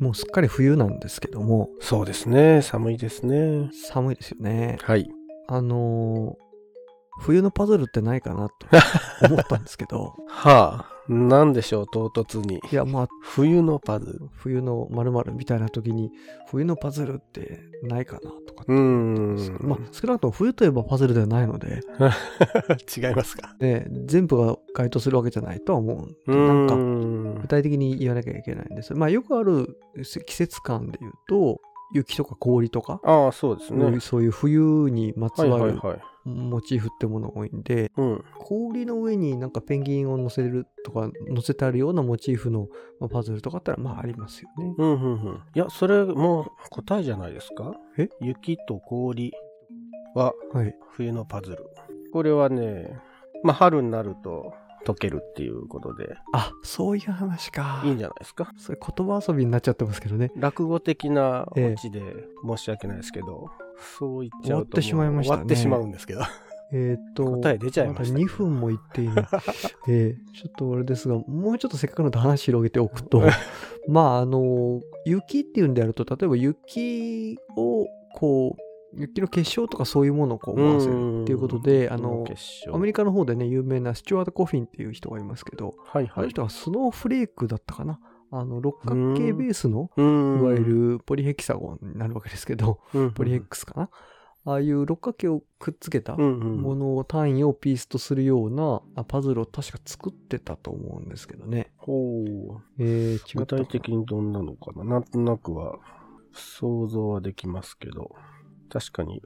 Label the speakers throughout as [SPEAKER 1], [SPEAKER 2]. [SPEAKER 1] もうすっかり冬なんですけども、
[SPEAKER 2] そうですね。寒いですね。
[SPEAKER 1] 寒いですよね。
[SPEAKER 2] はい。
[SPEAKER 1] あのー冬のパズルってないかなと思ったんですけ ど、
[SPEAKER 2] はあ。なんでしょう、唐突に。
[SPEAKER 1] いや、まあ、
[SPEAKER 2] 冬のパズル。
[SPEAKER 1] 冬の〇〇みたいな時に、冬のパズルってないかなとかって
[SPEAKER 2] うーん。
[SPEAKER 1] まあ、少なくとも冬といえばパズルではないので、
[SPEAKER 2] 違いますか。
[SPEAKER 1] ね、全部が該当するわけじゃないとは思うんで、なんか、具体的に言わなきゃいけないんです。まあ、よくある季節感で言うと、雪とか氷とか、
[SPEAKER 2] ああ、そうですね。
[SPEAKER 1] そういう冬にまつ
[SPEAKER 2] はい
[SPEAKER 1] わ
[SPEAKER 2] はい
[SPEAKER 1] る
[SPEAKER 2] はい。
[SPEAKER 1] モチーフってものが多いんで、
[SPEAKER 2] うん。
[SPEAKER 1] 氷の上になんかペンギンを乗せるとか、乗せてあるようなモチーフのまあパズルとかあったら、まあありますよね。
[SPEAKER 2] うんうんうん。いや、それもう答えじゃないですか。
[SPEAKER 1] え
[SPEAKER 2] 雪と氷は
[SPEAKER 1] はい。
[SPEAKER 2] 冬のパズル。これはね、まあ、春になると溶けるっていうことで、
[SPEAKER 1] あ、そういう話か。
[SPEAKER 2] いいんじゃないですか。
[SPEAKER 1] それ言葉遊びになっちゃってますけどね。
[SPEAKER 2] 落語的なオチで申し訳ないですけど、そう言っちゃう
[SPEAKER 1] 終わっ
[SPEAKER 2] ともう
[SPEAKER 1] てしまいましたね
[SPEAKER 2] 終わってしまうんですけど。
[SPEAKER 1] えーっと、
[SPEAKER 2] 答え出ちゃいましたけど
[SPEAKER 1] だ2分も言ってい ない。えーちょっとあれですが、もうちょっとせっかくので話広げておくと、 まあ、あの、雪っていうんであると、例えば雪を、こう、雪の結晶とかそういうものをこう思わせるっていうことで、あの、アメ
[SPEAKER 2] リ
[SPEAKER 1] リカの方でね、有名なスチュワード・コフィンっていう人がいますけど、
[SPEAKER 2] カ、はい
[SPEAKER 1] あ
[SPEAKER 2] は
[SPEAKER 1] の
[SPEAKER 2] い。
[SPEAKER 1] 人はスノーフレークだったかな。あの、六角形ベースの、
[SPEAKER 2] う
[SPEAKER 1] い
[SPEAKER 2] ん
[SPEAKER 1] わゆるポリヘキサゴンになるわけですけど、
[SPEAKER 2] る
[SPEAKER 1] ポリヘックスかな。ああいう六角形をくっつけた
[SPEAKER 2] うんうん
[SPEAKER 1] ものを単位をピースとするようなあパズルを確か作ってたと思うんですけどね。
[SPEAKER 2] ほう
[SPEAKER 1] えー、違
[SPEAKER 2] 具
[SPEAKER 1] ったか
[SPEAKER 2] 体的にどんなのかななんとなくは想像はできますけど、確かに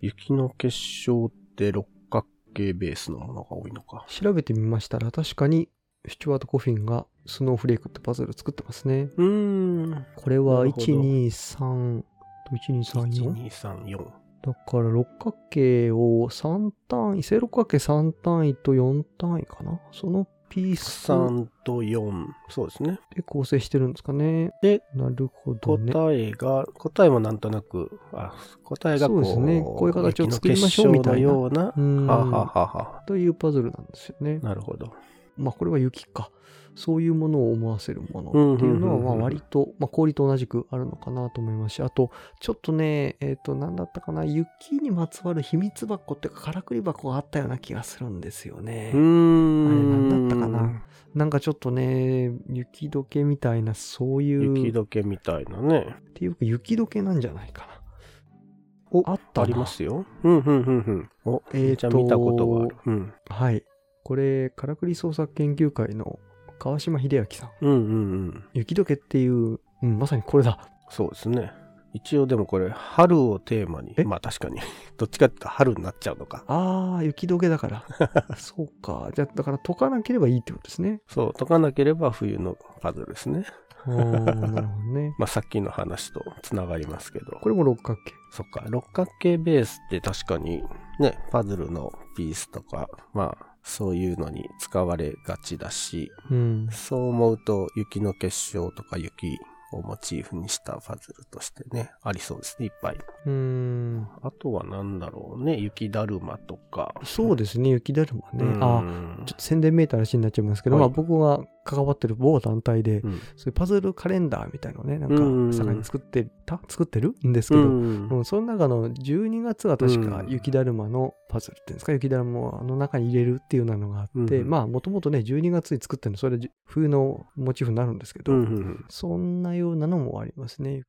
[SPEAKER 2] 雪の結晶って六角形ベースのものが多いのか。
[SPEAKER 1] 調べてみましたら確かにスチュワート・コフィンがスノーフレークってパズルを作ってますね。
[SPEAKER 2] うーん。
[SPEAKER 1] これは
[SPEAKER 2] なるほど
[SPEAKER 1] 123と1234
[SPEAKER 2] 1234。
[SPEAKER 1] だから六角形を3単位正六角形3単位と4単位かなそのピース
[SPEAKER 2] 3と4。そうですね。
[SPEAKER 1] で構成してるんですかね
[SPEAKER 2] で
[SPEAKER 1] なるほどね
[SPEAKER 2] 答えが、答えもなんとなく、あ、答えがこう、
[SPEAKER 1] そうですねこういう形を作りましょう
[SPEAKER 2] 雪の結晶のような、は
[SPEAKER 1] うん
[SPEAKER 2] あ、はあはあはあ
[SPEAKER 1] というパズルなんですよね。
[SPEAKER 2] なるほど。
[SPEAKER 1] まあこれは雪か。そういうものを思わせるものっていうのは
[SPEAKER 2] うんうんうんうん
[SPEAKER 1] まあ割と、まあ、氷と同じくあるのかなと思いますしあとちょっとねえっ、と何だったかな雪にまつわる秘密箱っていうかからくり箱があったような気がするんですよね
[SPEAKER 2] うー。ん。
[SPEAKER 1] あれなんだったかななんかちょっとね雪解けみたいなそういう
[SPEAKER 2] 雪解けみたいなね。
[SPEAKER 1] っていうか雪解けなんじゃないかな。
[SPEAKER 2] お
[SPEAKER 1] あった
[SPEAKER 2] あ
[SPEAKER 1] な
[SPEAKER 2] りますよ。うんうんうんうん。お、
[SPEAKER 1] えーと
[SPEAKER 2] じゃあ見たことがある。うん。
[SPEAKER 1] はい。これからくり創作研究会の川島秀明さん
[SPEAKER 2] うんうんうん。
[SPEAKER 1] 雪解けっていう、うん、まさにこれだ
[SPEAKER 2] そうですね。一応でもこれ、春をテーマに
[SPEAKER 1] え。
[SPEAKER 2] まあ確かに。 どっちかっていうと春になっちゃうのか。
[SPEAKER 1] ああ、雪解けだ から。そうか。じゃあ、だから溶かなければいいってことですね。
[SPEAKER 2] そう、解かなければ冬のパズルですね。
[SPEAKER 1] ああ、なるほどね。
[SPEAKER 2] まあさっきの話とつながりますけど。
[SPEAKER 1] これも六角形。
[SPEAKER 2] そっか、六角形ベースって確かにね、パズルのピースとか、まあ、そういうのに使われがちだし、
[SPEAKER 1] うん。
[SPEAKER 2] そう思うと雪の結晶とか雪をモチーフにしたパズルとしてね、ありそうですね、いっぱい。
[SPEAKER 1] うーん。
[SPEAKER 2] あとは何だろうね、雪だるまとか。
[SPEAKER 1] そうですね、雪だるまね。
[SPEAKER 2] うん
[SPEAKER 1] ああ、ちょっと宣伝メーターらしいになっちゃいますけど、
[SPEAKER 2] は
[SPEAKER 1] ま
[SPEAKER 2] い
[SPEAKER 1] あ僕が関わってる某団体で、
[SPEAKER 2] うん
[SPEAKER 1] そういうパズルカレンダーみたいのをね、な
[SPEAKER 2] うんん
[SPEAKER 1] か、盛んに作ってた作ってるんですけ
[SPEAKER 2] う
[SPEAKER 1] ど、
[SPEAKER 2] ん
[SPEAKER 1] うん、その中の12月は確か
[SPEAKER 2] うん
[SPEAKER 1] 雪だるまのパズルっていうんですか、雪だるまの中に入れるっていうのがあって、
[SPEAKER 2] うん
[SPEAKER 1] まあもともとね12月に作ってるのそれじ冬のモチーフになるんですけど、
[SPEAKER 2] うんうん
[SPEAKER 1] そんなようなのもありますね。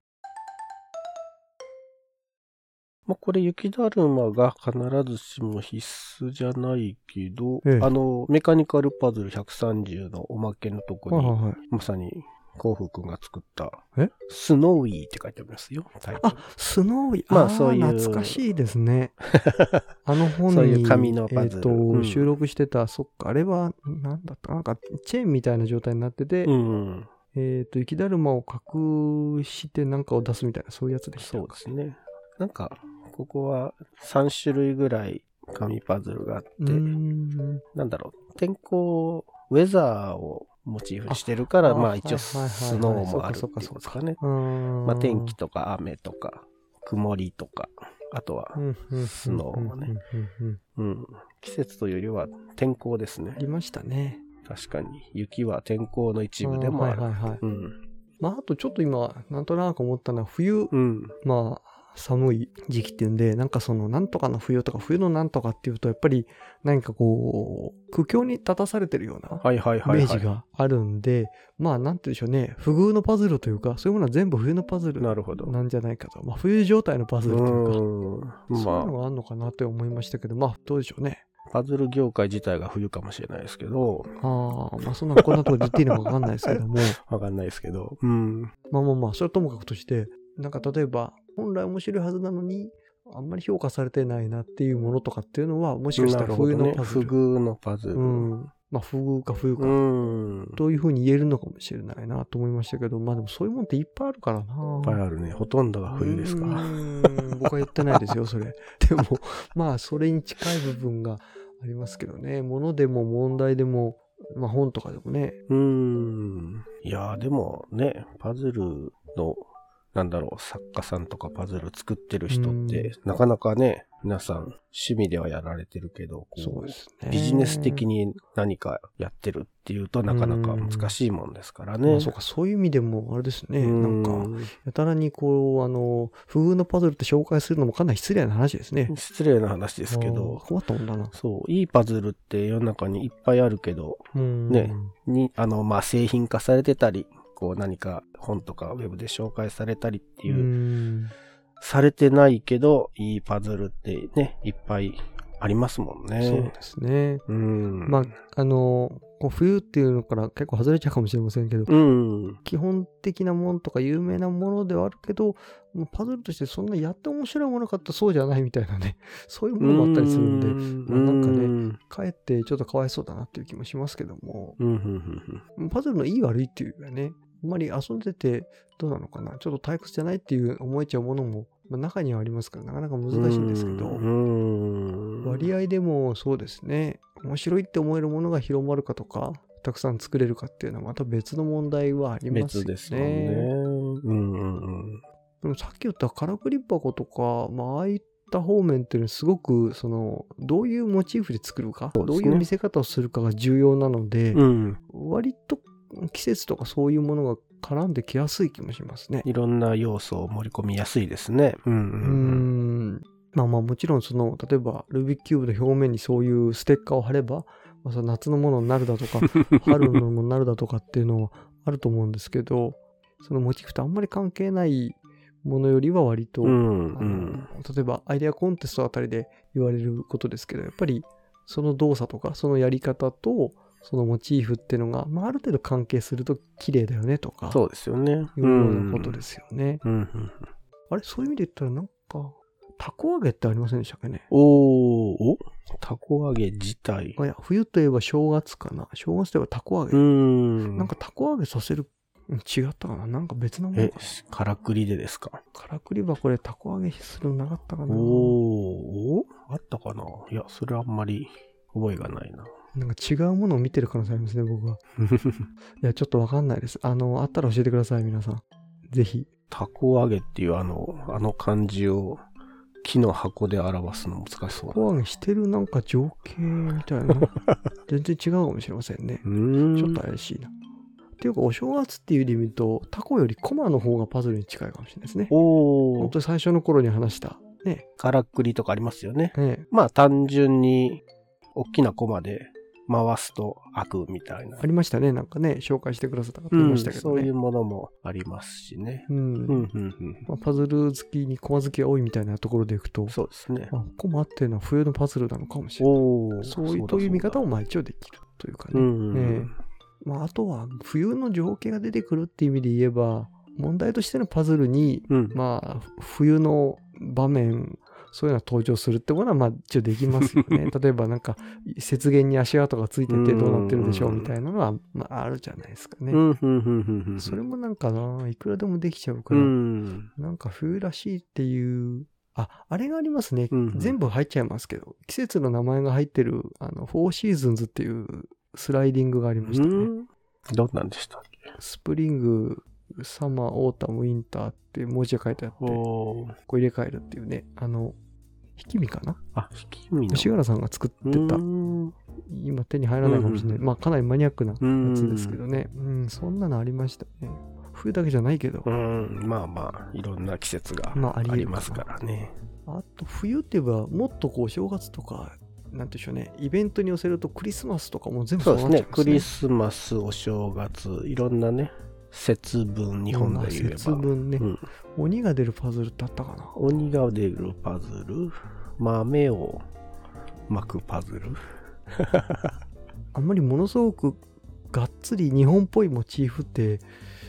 [SPEAKER 2] まあ、これ雪だるまが必ずしも必須じゃないけど、
[SPEAKER 1] ええ
[SPEAKER 2] あの、メカニカルパズル130のおまけのとこ
[SPEAKER 1] はい
[SPEAKER 2] に
[SPEAKER 1] はいはい。
[SPEAKER 2] まさに、幸福君が作った
[SPEAKER 1] え、
[SPEAKER 2] スノーイーって書いてありますよ。タイトル
[SPEAKER 1] あスノーイ、
[SPEAKER 2] まあ
[SPEAKER 1] あー
[SPEAKER 2] そういう
[SPEAKER 1] 懐かしいです ね。あの本に
[SPEAKER 2] そういう紙のパズ
[SPEAKER 1] え
[SPEAKER 2] ル
[SPEAKER 1] ーと
[SPEAKER 2] うん
[SPEAKER 1] 収録してた、そっか、あれはなんだったかななんかチェーンみたいな状態になってて、
[SPEAKER 2] うん、
[SPEAKER 1] えっ、と、雪だるまを隠してなんかを出すみたいな、そういうやつでした
[SPEAKER 2] そうですね。なんか、ここは3種類ぐらい紙パズルがあって、
[SPEAKER 1] うーん
[SPEAKER 2] なんだろう、天候、ウェザーをモチーフにしてるから、
[SPEAKER 1] あ
[SPEAKER 2] ま
[SPEAKER 1] あ
[SPEAKER 2] あ一応
[SPEAKER 1] はいはいはいはい
[SPEAKER 2] スノーもあるってい
[SPEAKER 1] そうう
[SPEAKER 2] こ
[SPEAKER 1] か
[SPEAKER 2] と
[SPEAKER 1] そう
[SPEAKER 2] で
[SPEAKER 1] か
[SPEAKER 2] すかね。
[SPEAKER 1] うーん
[SPEAKER 2] まあ天気とか雨とか、曇りとか、あとは、スノーもね
[SPEAKER 1] うんうんうんうんうんうん
[SPEAKER 2] うん、季節というよりは天候ですね
[SPEAKER 1] あ。りましたね。
[SPEAKER 2] 確かに、雪は天候の一部でもある。
[SPEAKER 1] うんはいはいはい。
[SPEAKER 2] うん。
[SPEAKER 1] まあ、あとちょっと今、なんとなく思ったのは、冬、
[SPEAKER 2] うん。
[SPEAKER 1] まあ、寒い時期っていうんで、なんかその、なんとかの冬とか、冬のなんとかっていうと、やっぱり、何かこう、苦境に立たされてるような
[SPEAKER 2] はいはい
[SPEAKER 1] イ
[SPEAKER 2] はい、
[SPEAKER 1] メー
[SPEAKER 2] は
[SPEAKER 1] ジ
[SPEAKER 2] い。
[SPEAKER 1] があるんで、まあ、なんて言うんでしょうね、不遇のパズルというか、そういうものは全部冬のパズル
[SPEAKER 2] なるほど。
[SPEAKER 1] なんじゃないかと。まあ、冬状態のパズルというか、
[SPEAKER 2] うーん。
[SPEAKER 1] そういうの
[SPEAKER 2] ま
[SPEAKER 1] があるのかなと思いましたけど、まあ、どうでしょうね。
[SPEAKER 2] あ、パズル業界自体が冬かもしれないですけど、
[SPEAKER 1] ああ、まあ、そんな、こんなとこで言っていいのかわかんないですけども、
[SPEAKER 2] わかんないですけど。うん。
[SPEAKER 1] まあまあまあ、それはともかくとして、なんか例えば、本来面白いはずなのに、あんまり評価されてないなっていうものとかっていうのは、もしかしたら
[SPEAKER 2] なるほ
[SPEAKER 1] 冬
[SPEAKER 2] ど
[SPEAKER 1] の
[SPEAKER 2] ね。
[SPEAKER 1] パズ
[SPEAKER 2] 不
[SPEAKER 1] ル。
[SPEAKER 2] 遇のパズル。
[SPEAKER 1] うん。まあ、不遇か不遇
[SPEAKER 2] う
[SPEAKER 1] か。
[SPEAKER 2] ん。いっ
[SPEAKER 1] というふうに言えるのかもしれないなと思いましたけど、まあでもそういうもんっていっぱいあるからな。
[SPEAKER 2] ぱいあるね。ほとんどが冬ですか。
[SPEAKER 1] う
[SPEAKER 2] ら
[SPEAKER 1] ーん僕は言ってないですよ、それ。 でも、まあ、それに近い部分がありますけどね。物でも問題でも、まあ本とかでもね。
[SPEAKER 2] うーん。いやーでもね、パズルの、なんだろう、作家さんとかパズル作ってる人って、なかなかね、皆さん趣味ではやられてるけど、こう
[SPEAKER 1] そうですね。
[SPEAKER 2] ビジネス的
[SPEAKER 1] に、
[SPEAKER 2] に何かやってるっていうとなかなか難しいもんですからね。
[SPEAKER 1] まあそうか、そういう意味でも、あれですね。
[SPEAKER 2] う
[SPEAKER 1] なんか、やたらにこう、あの、不遇のパズルって紹介するのもかなり失礼な話ですね。
[SPEAKER 2] 失礼な話ですけ
[SPEAKER 1] あ
[SPEAKER 2] ど
[SPEAKER 1] ー、困ったもんだな。
[SPEAKER 2] そう、いいパズルって世の中にいっぱいあるけど、
[SPEAKER 1] うん
[SPEAKER 2] ねに、あの、まあ、製品化されてたり、こう何か本とかウェブで紹介されたりっていうう、
[SPEAKER 1] ん
[SPEAKER 2] されてないけど、いいパズルってね、いっぱいありますもん
[SPEAKER 1] そう
[SPEAKER 2] ね。
[SPEAKER 1] ですね。
[SPEAKER 2] うん。
[SPEAKER 1] まあ、あの、こう冬っていうのから結構外れちゃうかもしれませんけど、
[SPEAKER 2] うん。
[SPEAKER 1] 基本的なものとか有名なものではあるけど、もうパズルとしてそんなやって面白いものかってそうじゃないみたいなね、そういうものもあったりするんで、
[SPEAKER 2] で
[SPEAKER 1] なんかね
[SPEAKER 2] うん
[SPEAKER 1] かえってちょっとかわいそうだなっていう気もしますけども、
[SPEAKER 2] うんうんうん
[SPEAKER 1] パズルのいい悪いっていうよりはね、あんまり遊んでてどうなのかな、ちょっと退屈じゃないっていう思えちゃうものも、まあ、中にはありますから、なかなか
[SPEAKER 2] うん
[SPEAKER 1] 難しいんですけ
[SPEAKER 2] う
[SPEAKER 1] ど、
[SPEAKER 2] ん。
[SPEAKER 1] 割合でもそうですね、面白いって思えるものが広まるかとか、たくさん作れるかっていうのはまた別の問題はありますよ
[SPEAKER 2] 別
[SPEAKER 1] ね。
[SPEAKER 2] ですもんね。うんうんうん。
[SPEAKER 1] でもさっき言ったカラクリ箱とか、まあ、ああいった方面っていうのはすごく、その、どういうモチーフで作るか、
[SPEAKER 2] そうで
[SPEAKER 1] ど
[SPEAKER 2] す
[SPEAKER 1] う
[SPEAKER 2] ね
[SPEAKER 1] いう見せ方をするかが重要なので、
[SPEAKER 2] うん。
[SPEAKER 1] 割と季節とかそういうものが絡んできやすい気もしますね。
[SPEAKER 2] いろんな要素を盛り込みやすいですね。う
[SPEAKER 1] うんん。まあまあもちろんその、例えばルービックキューブの表面にそういうステッカーを貼れば、まあ、その夏のものになるだとか、 春のものになるだとかっていうのはあると思うんですけど、そのモチーフとあんまり関係ないものよりは割と、
[SPEAKER 2] うんうん。
[SPEAKER 1] あの
[SPEAKER 2] うん
[SPEAKER 1] 例えばアイデアコンテストあたりで言われることですけどやっぱりその動作とかそのやり方とそのモチーフっていうのが、まあ、ある程度関係すると綺麗だよねとか
[SPEAKER 2] そうですよね。。
[SPEAKER 1] いうようなことですすよね、
[SPEAKER 2] うんうん。
[SPEAKER 1] あれそういう意味で言ったらなんかたこ揚げってありませんでしたっけね
[SPEAKER 2] おーおたこ揚げ自体。
[SPEAKER 1] あいや冬といえば正月かな正月といえばたこ揚げ、
[SPEAKER 2] うん。
[SPEAKER 1] なんかたこ揚げさせるうん違ったかななんか別なもの
[SPEAKER 2] え
[SPEAKER 1] かな、
[SPEAKER 2] からくりでですか
[SPEAKER 1] からくり箱でたこ揚げするのなかったかな
[SPEAKER 2] おーおあったかないや、それあんまり覚えがないな。
[SPEAKER 1] なんか違うものを見てる可能性ありますね僕 はいや、ちょっとわかんないです。あの、あったら教えてください、皆さん。ぜひ。
[SPEAKER 2] たこ揚げっていうあの、あの漢字を木の箱で表すの難しそうだな。
[SPEAKER 1] コアがしてるなんか情景みたい な。全然違うかもしれませんね。
[SPEAKER 2] うーん。
[SPEAKER 1] ちょっと怪しいな。っていうか、お正月っていう意味で見ると、タコよりコマの方がパズルに近いかもしれないですね。
[SPEAKER 2] お
[SPEAKER 1] 本
[SPEAKER 2] お
[SPEAKER 1] 当に最初の頃に話した。ね。
[SPEAKER 2] からくりとかありますよね。
[SPEAKER 1] ね
[SPEAKER 2] まあ単純に大きなコマで回すと開くみたいな。
[SPEAKER 1] ありましたね。なんかね、紹介してくださった方
[SPEAKER 2] う
[SPEAKER 1] い
[SPEAKER 2] ん
[SPEAKER 1] ましたけど
[SPEAKER 2] そうい
[SPEAKER 1] ね
[SPEAKER 2] う。ものもありますしね。
[SPEAKER 1] うん。
[SPEAKER 2] うんうんうん。
[SPEAKER 1] まあ、パズル好きにコマ好きが多いみたいなところでいくと、
[SPEAKER 2] そうですね。
[SPEAKER 1] あコマっていうのは冬のパズルなのかもしれない。
[SPEAKER 2] おお。
[SPEAKER 1] そういうという見方もまあ一応できるというかね。
[SPEAKER 2] うんうんうん。
[SPEAKER 1] まあ、あとは冬の情景が出てくるっていう意味で言えば問題としてのパズルに、
[SPEAKER 2] うん。
[SPEAKER 1] まあ、冬の場面そういうのが登場するってものはまあ一応できますよ ね例えばなんか雪原に足跡がついててどうなってるでしょうみたいなのは、まあ、あるじゃないですかね、
[SPEAKER 2] うんうんうんうんうん。
[SPEAKER 1] それもなんかないくらでもできちゃうか
[SPEAKER 2] う
[SPEAKER 1] ら、
[SPEAKER 2] ん。
[SPEAKER 1] なんか冬らしいっていうああれがありますね、
[SPEAKER 2] うんうん
[SPEAKER 1] 全部入っちゃいますけど季節の名前が入ってるあの4シーズンズっていうスライディングがありましたね、
[SPEAKER 2] うんどんなんでしたっけ
[SPEAKER 1] スプリング、サマー、オータム、ウィンターって文字が書いてあって、こ
[SPEAKER 2] おー
[SPEAKER 1] う入れ替えるっていうね、あの、ひきみかな
[SPEAKER 2] あ、ひきみの。
[SPEAKER 1] 吉原さんが作ってた
[SPEAKER 2] うー。ん
[SPEAKER 1] 今手に入らないかもしれない。
[SPEAKER 2] うん
[SPEAKER 1] まあ、かなりマニアックなや
[SPEAKER 2] うん
[SPEAKER 1] つですけどね。うん、そんなのありましたね。冬だけじゃないけど
[SPEAKER 2] う。ん、まあまあ、いろんな季節が
[SPEAKER 1] まあありえるかな
[SPEAKER 2] ありますからね。
[SPEAKER 1] あと、冬って言えば、もっとこう、正月とか、なんていうんでしょうね。イベントに寄せるとクリスマスとかも全部
[SPEAKER 2] そう
[SPEAKER 1] な
[SPEAKER 2] で
[SPEAKER 1] っちゃ
[SPEAKER 2] す
[SPEAKER 1] うん
[SPEAKER 2] ね。クリスマス、お正月、いろんなね、節分、日本で言えば。
[SPEAKER 1] まあ節分ね、
[SPEAKER 2] うん
[SPEAKER 1] 鬼が出るパズルってあったかな。
[SPEAKER 2] 鬼が出るパズル、豆を巻くパズル。
[SPEAKER 1] あんまりものすごくがっつり日本っぽいモチーフって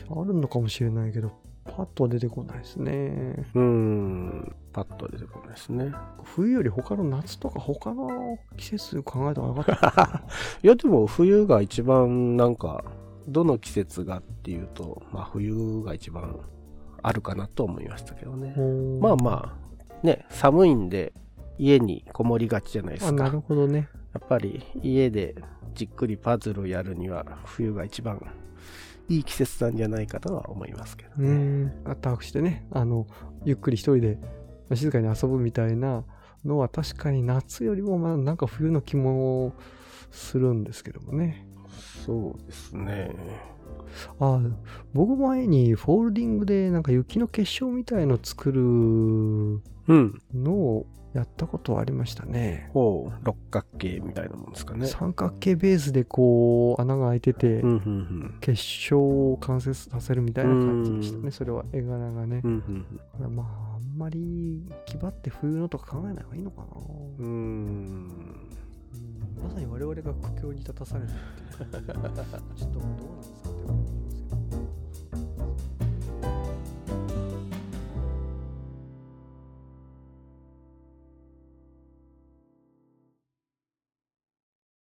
[SPEAKER 1] あるのかもしれないけど、パッとは出てこないですね。
[SPEAKER 2] うーん、パッと出てこないですね。
[SPEAKER 1] 冬より他の夏とか他の季節考えたらよかった。
[SPEAKER 2] いや、でも冬が一番なんか、どの季節がっていうと、まあ冬が一番あるかなと思いましたけどね。 まあまあ、ね、寒いんで家にこもりがちじゃないで
[SPEAKER 1] あ、
[SPEAKER 2] すか。
[SPEAKER 1] な
[SPEAKER 2] や
[SPEAKER 1] るほどね。
[SPEAKER 2] っぱり家でじっくりパズルをやるには冬が一番いい季節なんじゃないかとは思いますけど
[SPEAKER 1] う
[SPEAKER 2] ね。
[SPEAKER 1] ん。あったくしてね、あの、ゆっくり一人でまあ静かに遊ぶみたいなのは確かに夏よりもまあなんか冬の気もするんですけどもね。
[SPEAKER 2] そうですね。
[SPEAKER 1] あ僕前にフォールディングでなんか雪の結晶みたいの作る
[SPEAKER 2] うん。
[SPEAKER 1] のをやったことはありましたね。
[SPEAKER 2] こう、六角形みたいなもんですかね。
[SPEAKER 1] 三角形ベースでこう穴が開いてて、
[SPEAKER 2] うん、うん、
[SPEAKER 1] 結晶を完成させるみたいな感じでした
[SPEAKER 2] う
[SPEAKER 1] ね。
[SPEAKER 2] ん
[SPEAKER 1] それは絵柄がね
[SPEAKER 2] うん。う。ん、う
[SPEAKER 1] だ
[SPEAKER 2] ん。
[SPEAKER 1] からまあ、あんまり気張って冬のとか考えない方がいいのかな。
[SPEAKER 2] うーん
[SPEAKER 1] うんまさに我々が苦境に立たされてるっていう感じちょっとどうなんですかって思いますけど。